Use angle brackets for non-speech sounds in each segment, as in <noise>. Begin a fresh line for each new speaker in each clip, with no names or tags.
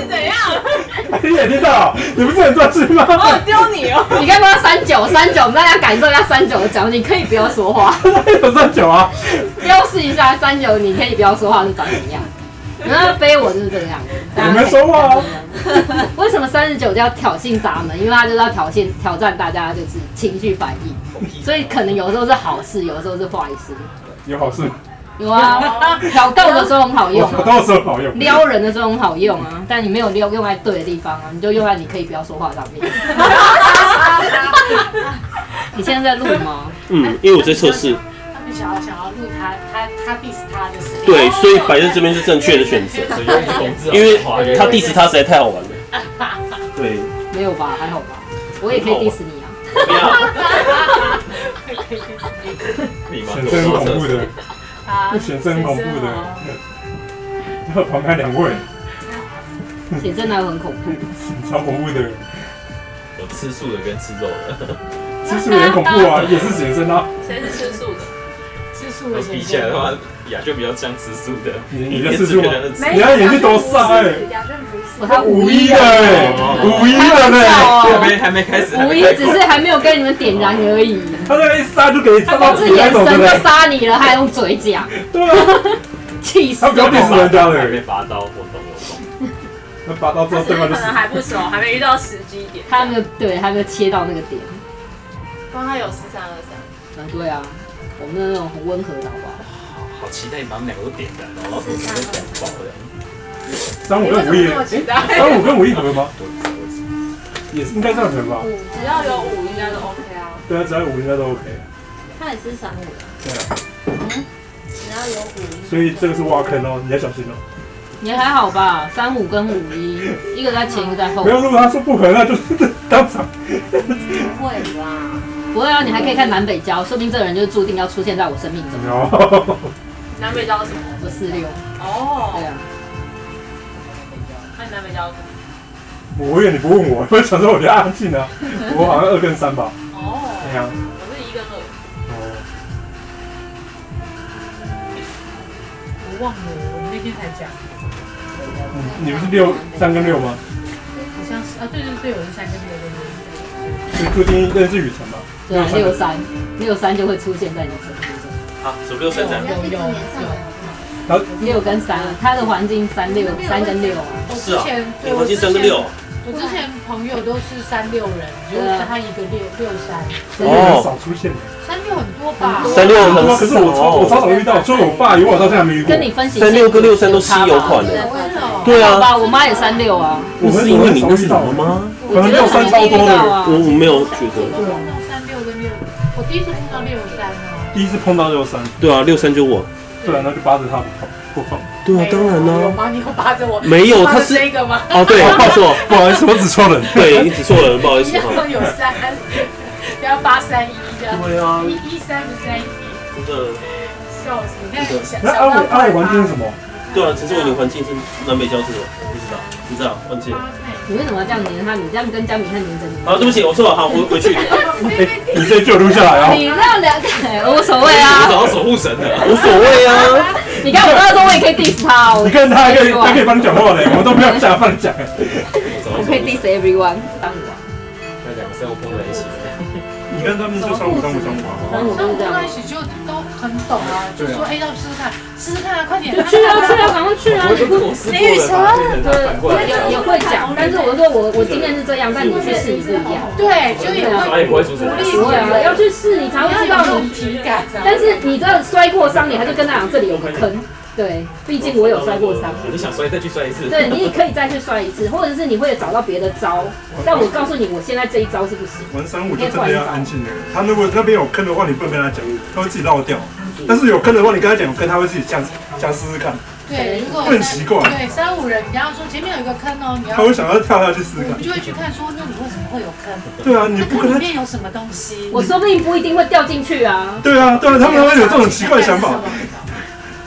是怎样？
你也听到，你不是很专心吗？
我
<laughs>
好丢你哦！
你该不要三九三九，我们大家感受一下三九的讲，你可以不要说话， <laughs>
有算久啊？
标示一下三九，你可以不要说话是长什么样。那飞我就是这个样子，大家
你没
可以
说话啊
看到这样 <laughs> 为什么三十九叫挑衅闸门？因为他就是要挑衅、挑战大家就是情绪反应，所以可能有时候是好事，有时候是坏事。
有好事，<laughs>
有啊，挑逗的时候很好
我
用
我
啊，
到时候好用。
撩人的时候很好用啊，但你没有撩用在对的地方啊，你就用在你可以不要说话上
<laughs>
面。你现在在录吗？
嗯，因为我在测试，
他们想要想要录他他他 diss 他的事，
对，所以摆在这边是正确的选择，
只用同志
因为他 diss 他实在太好玩了。对，
没有吧，还好吧，我也可以
很好玩
diss 你啊。
不要，
<laughs>
立马
显示很恐怖的，
<laughs>
啊
显示很恐怖的。 <laughs> 要旁边两位，嗯
写真的很恐怖，
超恐怖的，
有吃素的跟吃肉的，
其实也很恐怖
<laughs>
啊，也是显身啊。
谁是吃素的？
吃素
我
的
比
先
起来
生
的，话，雅就比较像吃素的，
你你的吃素吗？
吃
你要眼睛多煞哎、
雅轩不是
我他
五一的哎、五一的呢、
还没还没开始，
嗯
无意只是还没有跟你们点燃
<laughs>
而已。
他那一杀就可以杀
光
到
是
自己那
眼
种
神
的
就
嘞，
杀你了，还用嘴讲，
对啊，
气死
他！不要 diss 人家
<laughs>
还没
的，
拔刀，我懂我
那拔刀之后
可
对方就
能
死。
还不熟，还没遇到时机点。
他没有对，他没有切到那个点。
刚刚有四三二三，
嗯，对啊，我们的那种很温和的好不好？
懂，好期待你把我们两个都点燃，然后直接讲爆的。
三五跟五
<laughs>
一，哎三五跟五一合吗？也是应该算合吧。
只要有五应该都 OK 啊。
对啊，只要有五应该都 OK。
他也是三五的，
对
嗯
啊，
只要有五，
所以这个是挖坑哦，你要小心哦。
也还好吧，三五跟五一，一个在前，一个
哦
在后
没。有，如果他说不合，那就是当
<laughs>
场。
不会啦。
不会啊，你还可以看南北交，说不定这个人就注定要出现在我生命中。
哦，
南北交什么？
我四六，对
哦，
啊，
那你南北交什么？
<laughs> 我以为你不问我，我想说我比较安静啊。我好像二跟三吧，对
哦，
啊。
我是一跟二，
哦，
我忘了，我们那天才讲，好
嗯你你不是六三跟六吗？
像是啊，对对对，我是三个月的。
所以注定认识雨辰嘛。
对啊，
六
六
三
三，六三就会出现在你的生命中。
好，什么六
啊
三
不
斩？
要一直粘上来好不好？
六跟三啊，他的环境三六三跟六啊，
我
是啊
之前，对
我
我
记
之
三个
前
六，
我之前朋友都是三六人，就是他一个六六三，
所以很少出现。啊
三六很多吧？
啊
三六哦很哦
可是我超我超少遇到，所以我爸有我到现在没遇过
跟。你分析
三六跟六三都稀有款
对
的。
我也是哦
对
好
啊，
吧，我妈也三六啊，
不是因为你那什么吗？
可能六三超多的，
我我没有觉得。
我碰到三六跟六，我第一次碰到六三哦，
第一次碰到六三，
对啊，六三就我。
对啊，那就扒着他不放不放。
对啊，当然
有
啦、
吗？你有扒着我？
没有，他是
这
<laughs>
个吗？
哦，对，抱错，
不好意思，我指错人。
对你指错人，不好意
一
思哦哈。
样有三，不要八三一这样，
对啊，
一一三不是三一一，
真的，
笑死！那你
啊
想
那阿伟阿伟环境是什么？
对啊，陈志伟，你环境是南北交织的，我不知道，你知道，忘记了。
你为什么要这样黏他？你这样跟江敏汉黏着你，
啊
好，对不起，我错了，好，我回去。
你这句有录下来啊？
你让两个无所谓
<laughs>
我
啊，
找到守护神了。
无所谓啊，
你看我刚刚说我也可以 diss 他哦，
你看他还可以，
我
他可以帮你讲话嘞，我们都没有下放讲。
我可以 diss everyone，当我
那两个生活碰在一起，
你跟他们就双五双五双五啊。
当我
那
都是
我们
这样
在。一起就都很懂啊，就说哎，要试试看，试试看啊，快点！
就去啊去啊，赶快去啊
我！就跟我试过了吧，变成他反过来
也也
讲，
会讲，但是我说我我经验是这样，但你去试一不一样。
对，就也会
他也不哎会阻止他。
不会啊，要啊去试你才会知道
有
你
体感，
但是你知道摔过伤，你还是跟他讲这里有个坑。对，毕竟我有摔过伤。
你想摔再去摔一次。
对，你也可以再去摔一次，或者是你会找到别的招。但我告诉你，我现在这一招是不行。
玩三五就真的要安静的。他如果那边有坑的话，你不能跟他讲，他会自己绕掉。但是有坑的话，你跟他讲有坑，他会自己想想试试看，
对，如果
会很奇怪
对，三五人，你要说前面有一个坑哦，你要
他，会想要跳下去试试
我
看
们。就会去看说，那你为什么会有坑？
对啊，你
那
不跟
坑里
他。
面有什么东西？
我说不定不一定会掉进去啊。
对啊，对啊，他们会有这种奇怪的想法，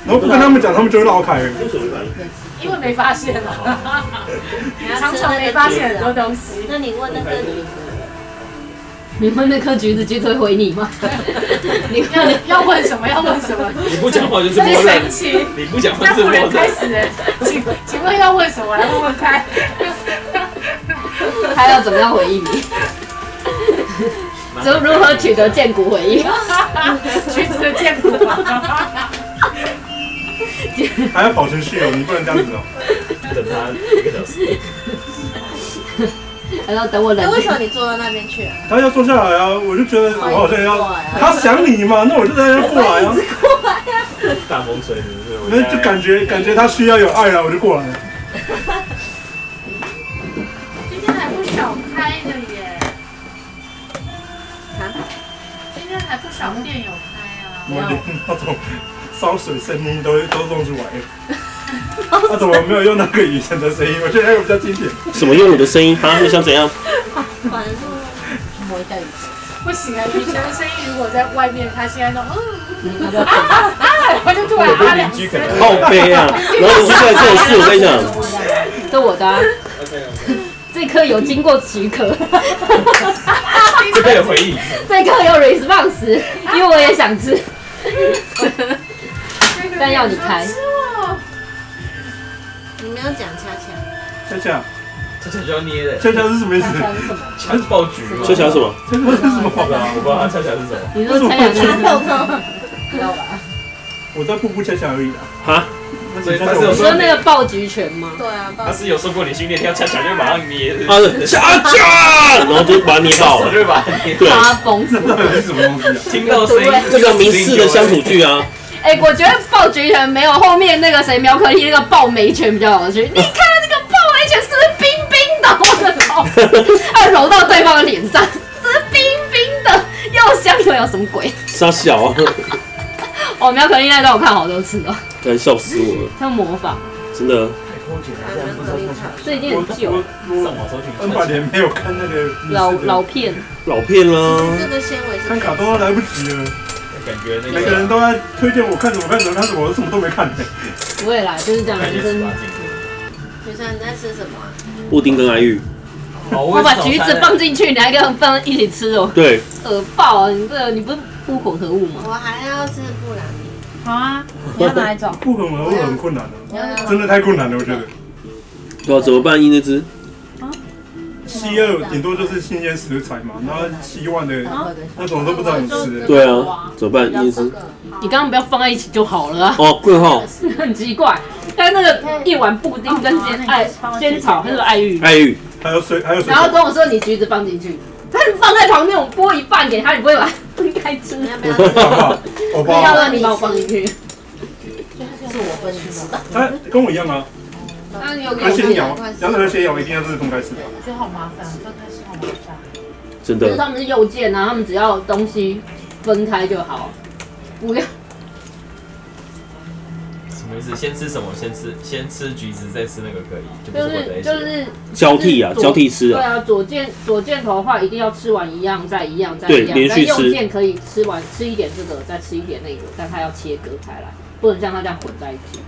然后不跟他们讲，他们就会绕开了。
无所谓，
因为没发现啊，
你要
常
吃
常
那
没
个
发现
橘
很
子
多
啊。
东西。
那你问那个
你问那颗橘子，橘子会回 <laughs> 你吗？你
要
问
要问什么？要问什么？
你不讲话就是
真
默认
神，奇！
你不讲话
那
就是
不
默
然开
认。
始了，请请问要问什么？来问问看。
他要怎么样回应你？就如何取得剑骨回应？ <laughs>
橘子的剑骨吗？
还要保持室友，你不能这样子哦。
等他一个小时，
他说等我
哎，
冷
为
静
什么你坐到那边去啊？
他要坐下来啊，我就觉得我好像要，他想你嘛，那我就在那过来啊，
大风吹你是
那就感觉感觉他需要有爱啊了，我就过来了。
今天还不少开的耶！
啊
今天还不少店有开啊。
我连那种烧水声音都都弄出来 <laughs> 了。他怎么没有用那个雨神的声音？我觉得那个比较经典。
什么用你的声音啊？你想怎样？
反正就摸一下雨伞。
不行啊，雨辰的声音如果在外面，他现在都嗯
他说
啊啊啊，他就突然啊两声。
靠背啊！然后你会在这种事，我跟你讲，
这我的、啊。 <laughs> 这颗有经过许可，
这个有回忆。
这颗有 response，因为我也想吃。但要你开
是哦
你没有讲恰恰，
恰恰，
这巧巧捏的，
恰恰是什么意思？
它是爆菊吗？
这想什？么？
恰恰是什
我不知道，
么？
我不知道它恰巧是什么。
你说参阳
恰
那个
恰我靠，
知道吧？
我在瀑布恰恰而已啊。
哈？
那
所以
恰
他
恰
是有
你
我
说那个暴菊拳吗？
对啊，
它是有受过你训练，要恰巧就马上捏，
啊，恰恰，然后就把你
到
好
手
了。
就把它捏。
对，啊
把它封死。
到底是什么东西啊？
听到声音，
这个明示的相处剧啊，
哎、我觉得暴菊拳没有后面那个谁苗可丽那个暴梅拳比较 <laughs> 有趣。你看那个暴梅拳是不是冰冰的，我的头，它揉到对方的脸上，是冰冰的，又香又有什么鬼？ <laughs>
傻小啊，
哦，苗可丽那段我看好多次哦，
真笑死我了，
像模仿，
真的。
这已
<laughs>
经
我
很久了，
上
我
网搜寻
我 N 百年没有看那个
老 <laughs>
女士的
老片。
老片啦、
这个纤维是
看卡通都来不及了。
感觉那
每个人
个
都在推荐我看什么看什么看什么，我什么都没看呢、
不会啦，就是这样，
感觉
人
十
生
八禁的。
女生你在吃什么啊？
布丁跟爱玉，
<laughs>
哦
我把橘子放进去，你还跟我放一起吃哦，
对，
恶爆啊！你这个你不是不混合物吗？
我还要吃布朗尼，
好啊，你要哪一种？
不可能，我很困难
我
的、
要
真的太困难了，我觉得。
对啊，怎么办？一那只
西二顶多就是新鲜食材嘛，然后西万的
啊
那种都不知道怎么吃、
对啊，怎么办？一那只
你刚刚不要放在一起就好了啊，
哦，贵号
<laughs> 很奇怪。但那个一碗布丁跟煎爱煎炒还是爱玉，
爱玉， <laughs>
还有水，还有水
然。后跟我说你橘子放进去，他放在旁边，我剥一半给他，你不会把它分开吃
你。要不要吃？
好不好？欧
不要
巴，
让你把我放进去，
是我不能吃的，
他跟我一样啊，
那你有给
他
我
先
看
咬，两者先咬，一定要是分开吃的。
我觉得好麻烦，分开吃好麻烦。
真
就是
的
他们是右键啊，他们只要东西分开就好，不要
什么意思？先吃什么？先吃先吃橘子，再吃那个可以，就
<laughs>
不
就是
混在
是
一起
就
的。
是
啊交替啊，
左
交替吃
对
啊，
啊，左键左键头的话，一定要吃完一样，再一样，再
对
一样。
连续
但
吃
右键可以吃完吃一点这个，再吃一点那个，但它要切割开来，不能像它这样混在一起。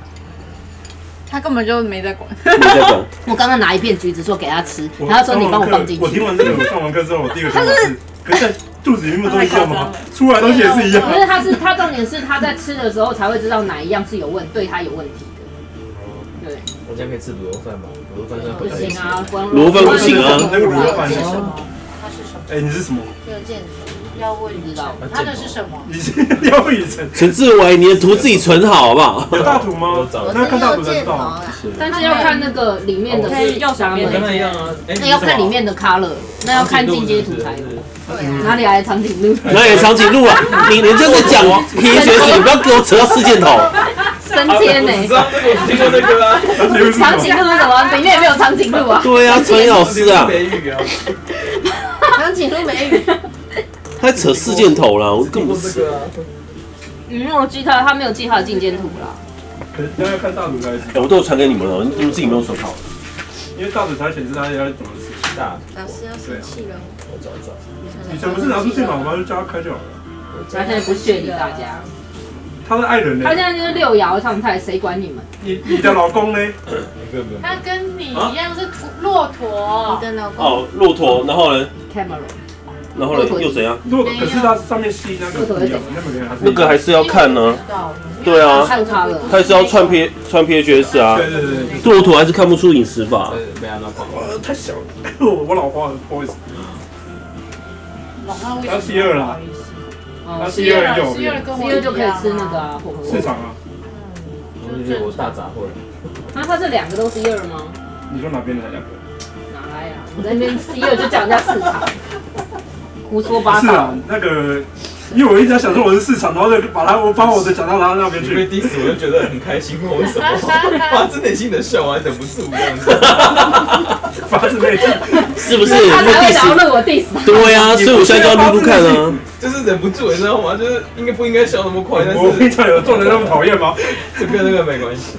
他根本就没在管。
没在管。
我刚刚拿一片橘子说给他吃，然后说你帮我放进
我听
去。
完这个，我上完课之后，我第一个想法是，可是肚子里面的东西一样吗？出来的东西也是一样
因。为它是它重点是它在吃的时候才会知道哪一样是有问对它有问题的。对，
我家可以吃卤肉饭吗？卤肉饭算
不
混在一起
行
的。
啊，光
萝卜不行啊
那个卤肉饭是
什
什么？
么？它是什么？
哎，你是什么？
又见什
要问你
道
啊
他的是什么？
你是 <laughs> 廖雨辰？
陈志伟，你的图自己存好好不好？
有大图
我
吗？
找
么？
那看大
我
图
是
才
又
知
见毛
道。
啦。
是
但是要看那个里面的
可以右手
沙
边
门
我，跟他一样啊。哎，
那要看里
你是什么
面的 color，那要看进阶图才有。
对啊，
哪里来的长颈鹿？
哪有长颈鹿啊？你你这是讲贫血史，你不要给我扯到四箭头。
升
啊
天呢、
我知道这个，我听过这个啊。
长颈鹿是什
长
么？
颈鹿是什么？里面也没有长颈鹿
<laughs>
啊。
对啊，陈老师啊，
美语啊，
长颈鹿美语，
他扯四箭头啦，我根本
听过
不
这
是。
个啊。
嗯，我记他， <laughs> 他没有记他的进阶图啦。
那要看大图才知道，
我都有传给你们了，你们自己没有存好。
因为大图才显示他要怎么吃。
大，
老师要生气了。
我找一找。
以前不是拿出电脑吗？就叫他开就好了。
他现在不屑理大家，
他的爱人呢
<laughs> 他？现在就是六爻常态，谁管你们？
你你的老公呢？
没有没有没
他
有。
跟你一样是驼骆驼。
你的老公
哦，骆驼，然后呢？
Cameron，
然后呢又怎样？
如果可是它上面吸那个不一样，那每个人还是
那个还是要看呢、对啊，
看他了。
它还是要串 P 串 PHS 啊。
对对对对，就是
骆驼还是看不出饮食法。
对，被他那放。
呃太小了，我老花很不好意思，他吸二啦，
哦
他吸二有
第二跟
因
我
为就可以吃那个啊火锅
市。场啊，
我是大杂烩，
那它这两个都是二吗？
你说哪边的两个？
哪来呀？我在那边 C 二就叫人家市场， <laughs> 胡说八
是
道
啊。，那个，因为我一直在想说我是市场，然后就把它我把我的讲到他那边
你
<laughs>
被
去，
diss 我就觉得很开心，我为什么？发自内心的笑，我还忍不住这样子。 <laughs>
发自内心，
是不是？
他才
那
会
第
想要
十，
问我 diss 他。
对啊，所以我现在就要录录看啊。
就是忍不住，你知道吗？就是应该不应该笑那么快，但
我跟你
是
讲，有做人那么讨厌吗？
这跟那个没关系。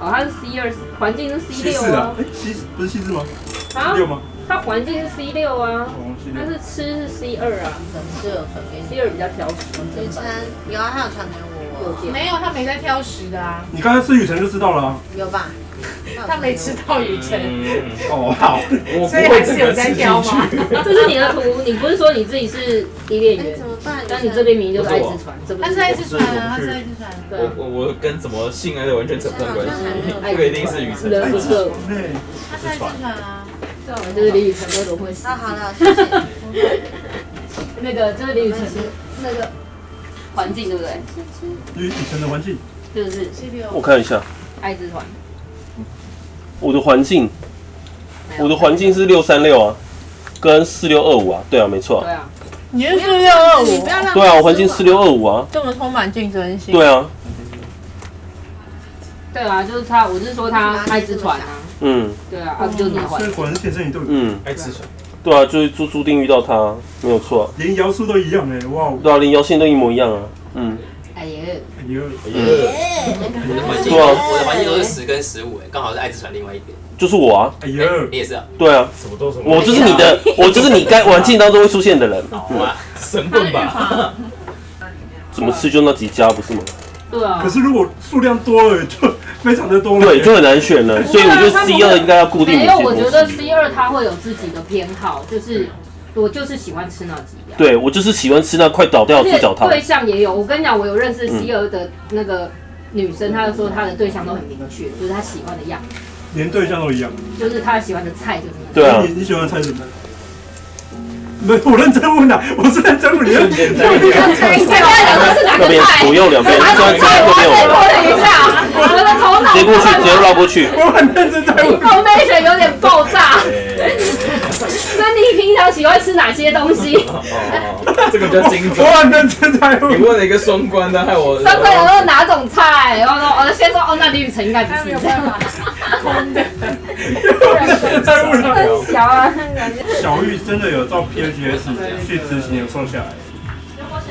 哦，它是 C 二，环境是 C
西
六
式啊
啊，。
哎，西不是西式吗？
啊，
六吗？
它环境是 C 六啊，
哦，西
但
六。
是吃是 C 二啊
很适合分给你。
，C 二比较挑食。
所以餐有啊，他有传给我，
右键
没有，他没在挑食的啊，
你刚才吃雨辰就知道了啊。
有吧？有
他没吃到雨辰，
嗯，
哦，好，
我不
所以
会
还
整
是
个
有
吃
在
进
挑吗？
去。
啊这是你的图，你不是说你自己是低恋
哎，
员
怎，么办？
但你这边明明就是爱之船，这不
他是
是
在吃船啊，他是在吃船。
对
我
啊，
我我跟什么性爱的完全扯不上关系，这个一定是雨辰。
人不错，
对，
他是在吃船啊，
就是李宇春为什么会死
那？好了，谢谢。
那个就是李宇春
那个
环境对不对？
雨雨辰的环境，
就是
我看一下，
爱之船，
我的环境，我的环境是六三六啊，跟四六二五啊，对啊，没错
对啊，
啊，
你是四六二
你
五
不，要让
对啊，我环境四六二五啊，
这么充满竞争性。
对啊，
对啊，就是他，我是说他爱之船啊，
嗯
对啊，啊就是你的
所
环
以
境，
果然是天生一对，
嗯，
爱吃爽，
对啊，就是注注定遇到他，没有错啊，
连摇数都一样哎，哇，
对啊，连腰线都一模一样啊，嗯，
哎呀，
你二
哎
嗯
我的环境，
对啊
我的环境都是十跟十五，哎，刚好是爱之船另外一边。
就是我啊，
哎呀，
你也是啊？
对啊，
什么都什么，
我就是你的，
啊
我就是你该环境当中会出现的人，嗯
好
哦
啊，
神棍吧？
怎么吃就那几家不是吗？
对啊
可，是如果数量多了，就非常的多了。
对，就很难选了，所以我觉得 C 二应该要固定
啊没
一些
有，我觉得
东西。
C 二他会有自己的偏好，就是我就是喜欢吃那几样。
对我就是喜欢吃那快倒掉的
而
猪
且
脚汤，
对象也有，我跟你讲，我有认识 C 二的那个女生，她就说她的对象都很明确，就是她喜欢的样子，
连对象都一样。
就是她喜欢的菜就是那个。
对啊
你，你喜欢猜什么？没，我认真问的，我是认真问你。
你看两个是哪
那
个
边
菜？
左右两边，
哪
这
种
样子
菜？
就
我
没有
要被
了。
摸了一下，我的头脑
直接过去，直接绕过去。
我很认真在问。
information 有点爆炸。
对，
那你平常喜欢吃哪些东西？
哦， <laughs> 这个比较精准。
我很认真在
你
问。
问了一个双关的，害我
三个人都哪种菜？然后呢，我先说哦，那李雨辰应该不
他
是
没有办法，
我很认真在问他。
很小啊，
小玉真的有照 PHS 去执行有瘦下来，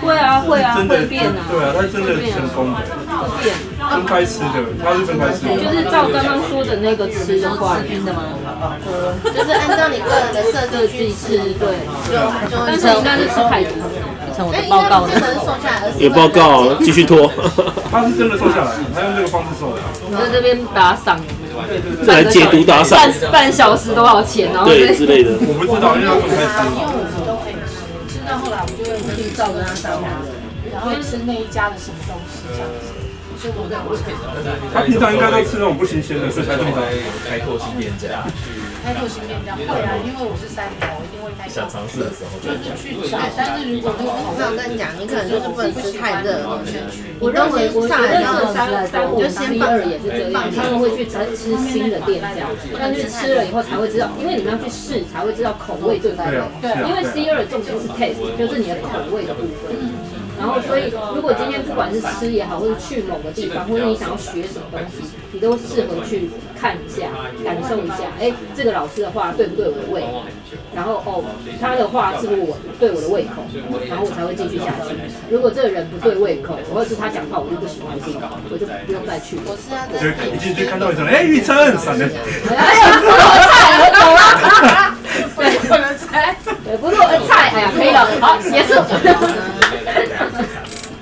会啊会啊
真的
会变啊，
对啊，他真的成功了，
会变。
分开吃的，他是分开吃
就
的。
是照刚刚说的那个吃的话，真的吗？
就是按照你个人的设
自
置去
己
吃，
吃，对。
就就
但
会
是应该是吃太多。
以前我
哎，应该不是能瘦下来，而是
有报告
会，
继续
<laughs>
拖。
他是真的瘦下来，他用这个方式瘦的。
我在这边打赏，
再来解读打赏，
半半小时多少钱？然后
对之
是
类的。
我不知道，因为他分开
因为
吃。
我们都可以吃，吃到后来我就会回去照着他烧烤，然后吃那一家的什么东西这样子，所以我在我
他平常应该都吃那种不新鲜的，所以才这么大。
开拓新店家，
开拓新店家会啊，因为我是三条，我一定会开拓
想。尝试的时候就
就是去找，但是如果那个口
那
味
我跟你讲，你可能就是不能吃太热的东西。
我认为我觉得是三三五
你就
三
先
一
放
二也是这样，他们会去吃吃新的店家，但是吃了以后才会知道，因为你们要去试才会知道口味对不
对
对
啊。，
因为
对
C
啊。
二的重点是 taste，就是你的口味的部分。然后，所以如果今天不管是吃也好，或者去某个地方，或者你想要学什么东西，你都适合去看一下、感受一下。哎，这个老师的话对不对我的胃？然后哦，他的话是不是我对我的胃口？然后我才会继续下去。如果这个人不对胃口，或者是他讲话我就不喜欢听，我就不用再去了。
我是要
我
在
觉得一进去看到一种，哎，玉成闪的，
哎呀，不是我的菜，我走了。
我的菜，
对，不是我的菜，哎呀，可以了，好，结束。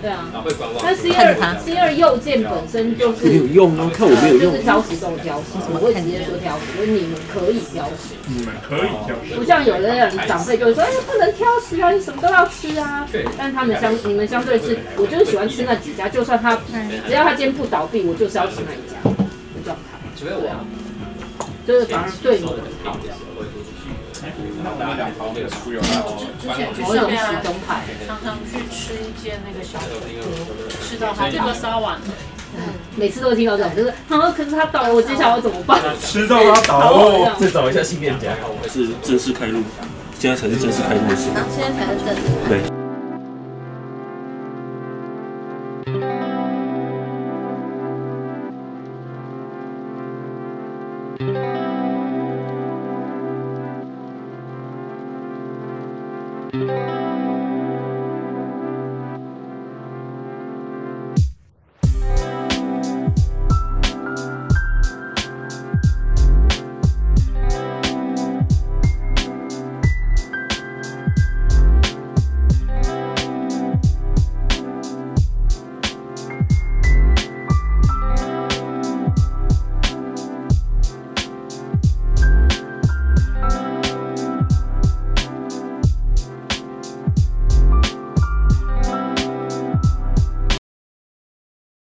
对啊，
会观望
那 C
看
二
他
C 二右键本身就是
有用吗？看我没有
就
用
是。挑食中的挑食，我会直接说挑食，就是你们可以挑食，
你们嗯可以这样。
不像有的人长辈就会说，哎，不能挑食啊，你什么都要吃啊。但他们相你们相对是，我就是喜欢吃那几家，就算他只要他今天不倒闭，我就是要吃那一家的状态，
除非我要
就是反而对你
收
们
的很
好
好，，我会
之前去
某
上
种
面
食
啊
中派。
常常去吃一间那个小火锅，吃到它
这个烧完了，
每次都听到这种，就是，然后可是他倒了，我接下来我怎么办？
吃到拉倒哦，
再找一下新店家。
是正式开录，现在才是正式开录的时候。
然后现在才是正常。